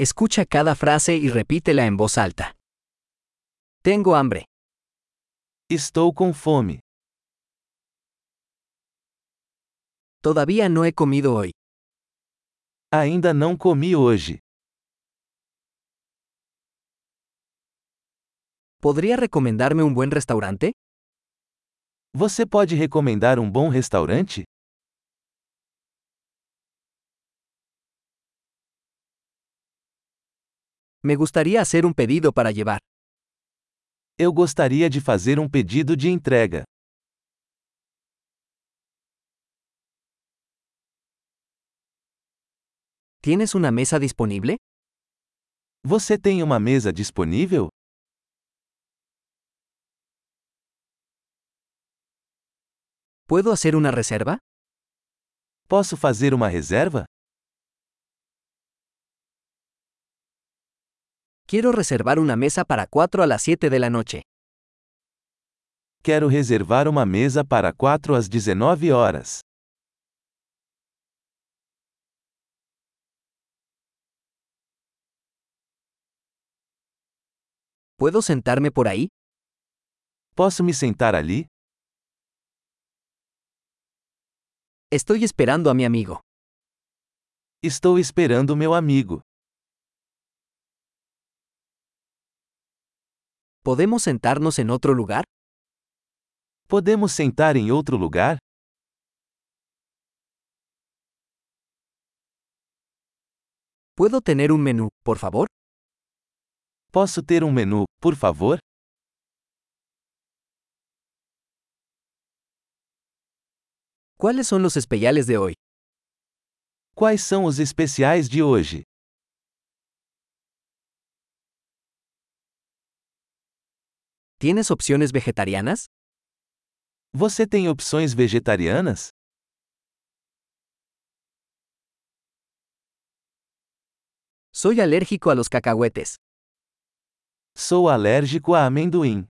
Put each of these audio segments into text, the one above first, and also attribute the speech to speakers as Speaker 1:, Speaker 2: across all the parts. Speaker 1: Escucha cada frase y repítela en voz alta. Tengo hambre.
Speaker 2: Estou com fome.
Speaker 1: Todavía no he comido hoy.
Speaker 2: Ainda não comi hoje.
Speaker 1: ¿Podría recomendarme un buen restaurante?
Speaker 2: Você pode recomendar um bom restaurante?
Speaker 1: Me gustaría hacer un pedido para llevar.
Speaker 2: Eu gostaria de fazer um pedido de entrega.
Speaker 1: ¿Tienes una mesa disponible?
Speaker 2: Você tem uma mesa disponível?
Speaker 1: ¿Puedo hacer una reserva?
Speaker 2: Posso fazer uma reserva?
Speaker 1: Quiero reservar una mesa para 4 a las 7 de la noche.
Speaker 2: Quero reservar uma mesa para 4 às 19 horas.
Speaker 1: ¿Puedo sentarme por ahí?
Speaker 2: Posso me sentar ali?
Speaker 1: Estoy esperando a mi amigo.
Speaker 2: Estou esperando meu amigo.
Speaker 1: ¿Podemos sentarnos en otro lugar?
Speaker 2: Podemos sentar em outro lugar?
Speaker 1: ¿Puedo tener un menú, por favor?
Speaker 2: Posso ter um menu, por favor?
Speaker 1: ¿Cuáles son los especiales de hoy?
Speaker 2: Quais são os especiais de hoje?
Speaker 1: ¿Tienes opciones vegetarianas?
Speaker 2: Você tem opções vegetarianas?
Speaker 1: Soy alérgico a los cacahuetes.
Speaker 2: Sou alérgico a amendoim.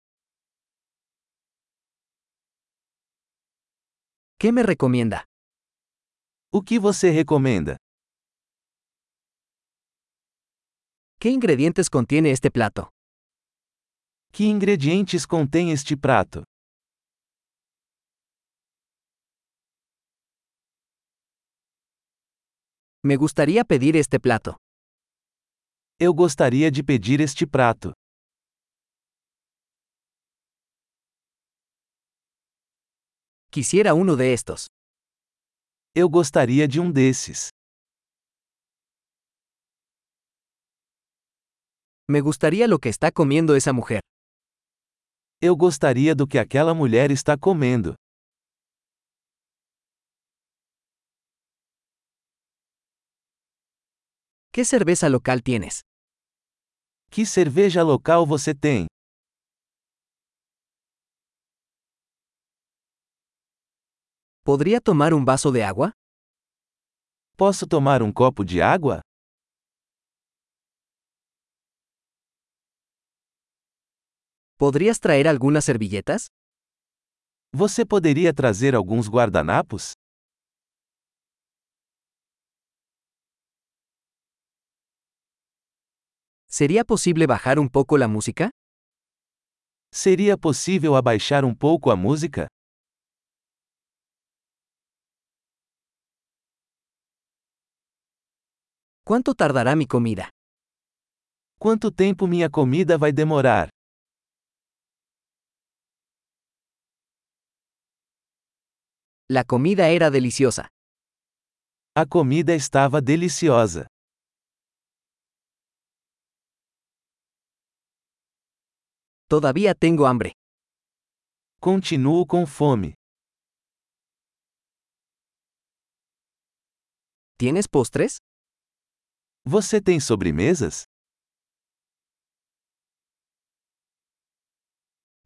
Speaker 1: ¿Qué me recomienda?
Speaker 2: O que você recomenda?
Speaker 1: ¿Qué ingredientes contiene este plato?
Speaker 2: Que ingredientes contém este prato?
Speaker 1: Me gustaría pedir este plato.
Speaker 2: Eu gostaria de pedir este prato.
Speaker 1: Quisiera uno de estos.
Speaker 2: Eu gostaria de um desses.
Speaker 1: Me gustaría lo que está comiendo esa mujer.
Speaker 2: Eu gostaria do que aquela mulher está comendo.
Speaker 1: ¿Qué cerveza local tienes?
Speaker 2: Que cerveja local você tem?
Speaker 1: ¿Podría tomar un vaso de agua?
Speaker 2: Posso tomar um copo de água?
Speaker 1: ¿Podrías traer algunas servilletas?
Speaker 2: Você poderia trazer alguns guardanapos?
Speaker 1: ¿Sería posible bajar un poco la música?
Speaker 2: Seria possível abaixar um pouco a música?
Speaker 1: ¿Cuánto tardará mi comida?
Speaker 2: Quanto tempo minha comida vai demorar?
Speaker 1: La comida era deliciosa.
Speaker 2: A comida estava deliciosa.
Speaker 1: Todavía tengo hambre.
Speaker 2: Continuo com fome.
Speaker 1: ¿Tienes postres?
Speaker 2: Você tem sobremesas?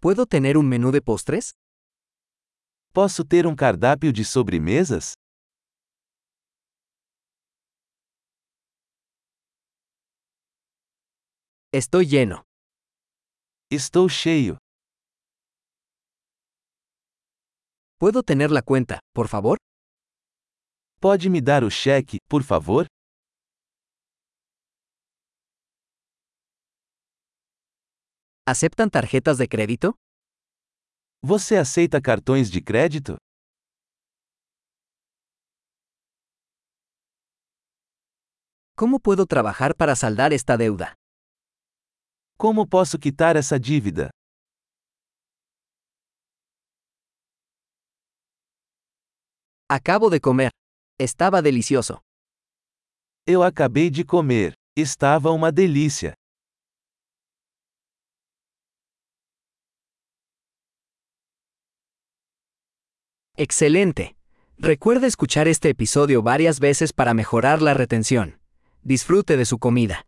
Speaker 1: ¿Puedo tener un menú de postres?
Speaker 2: Posso ter um cardápio de sobremesas?
Speaker 1: Estoy lleno.
Speaker 2: Estou cheio.
Speaker 1: ¿Puedo tener la cuenta, por favor?
Speaker 2: Pode me dar o cheque, por favor?
Speaker 1: ¿Aceptan tarjetas de crédito?
Speaker 2: Você aceita cartões de crédito?
Speaker 1: ¿Cómo puedo trabajar para saldar esta deuda?
Speaker 2: Como posso quitar essa dívida?
Speaker 1: Acabo de comer. Estaba delicioso.
Speaker 2: Eu acabei de comer. Estava uma delícia.
Speaker 1: Excelente. Recuerda escuchar este episodio varias veces para mejorar la retención. Disfrute de su comida.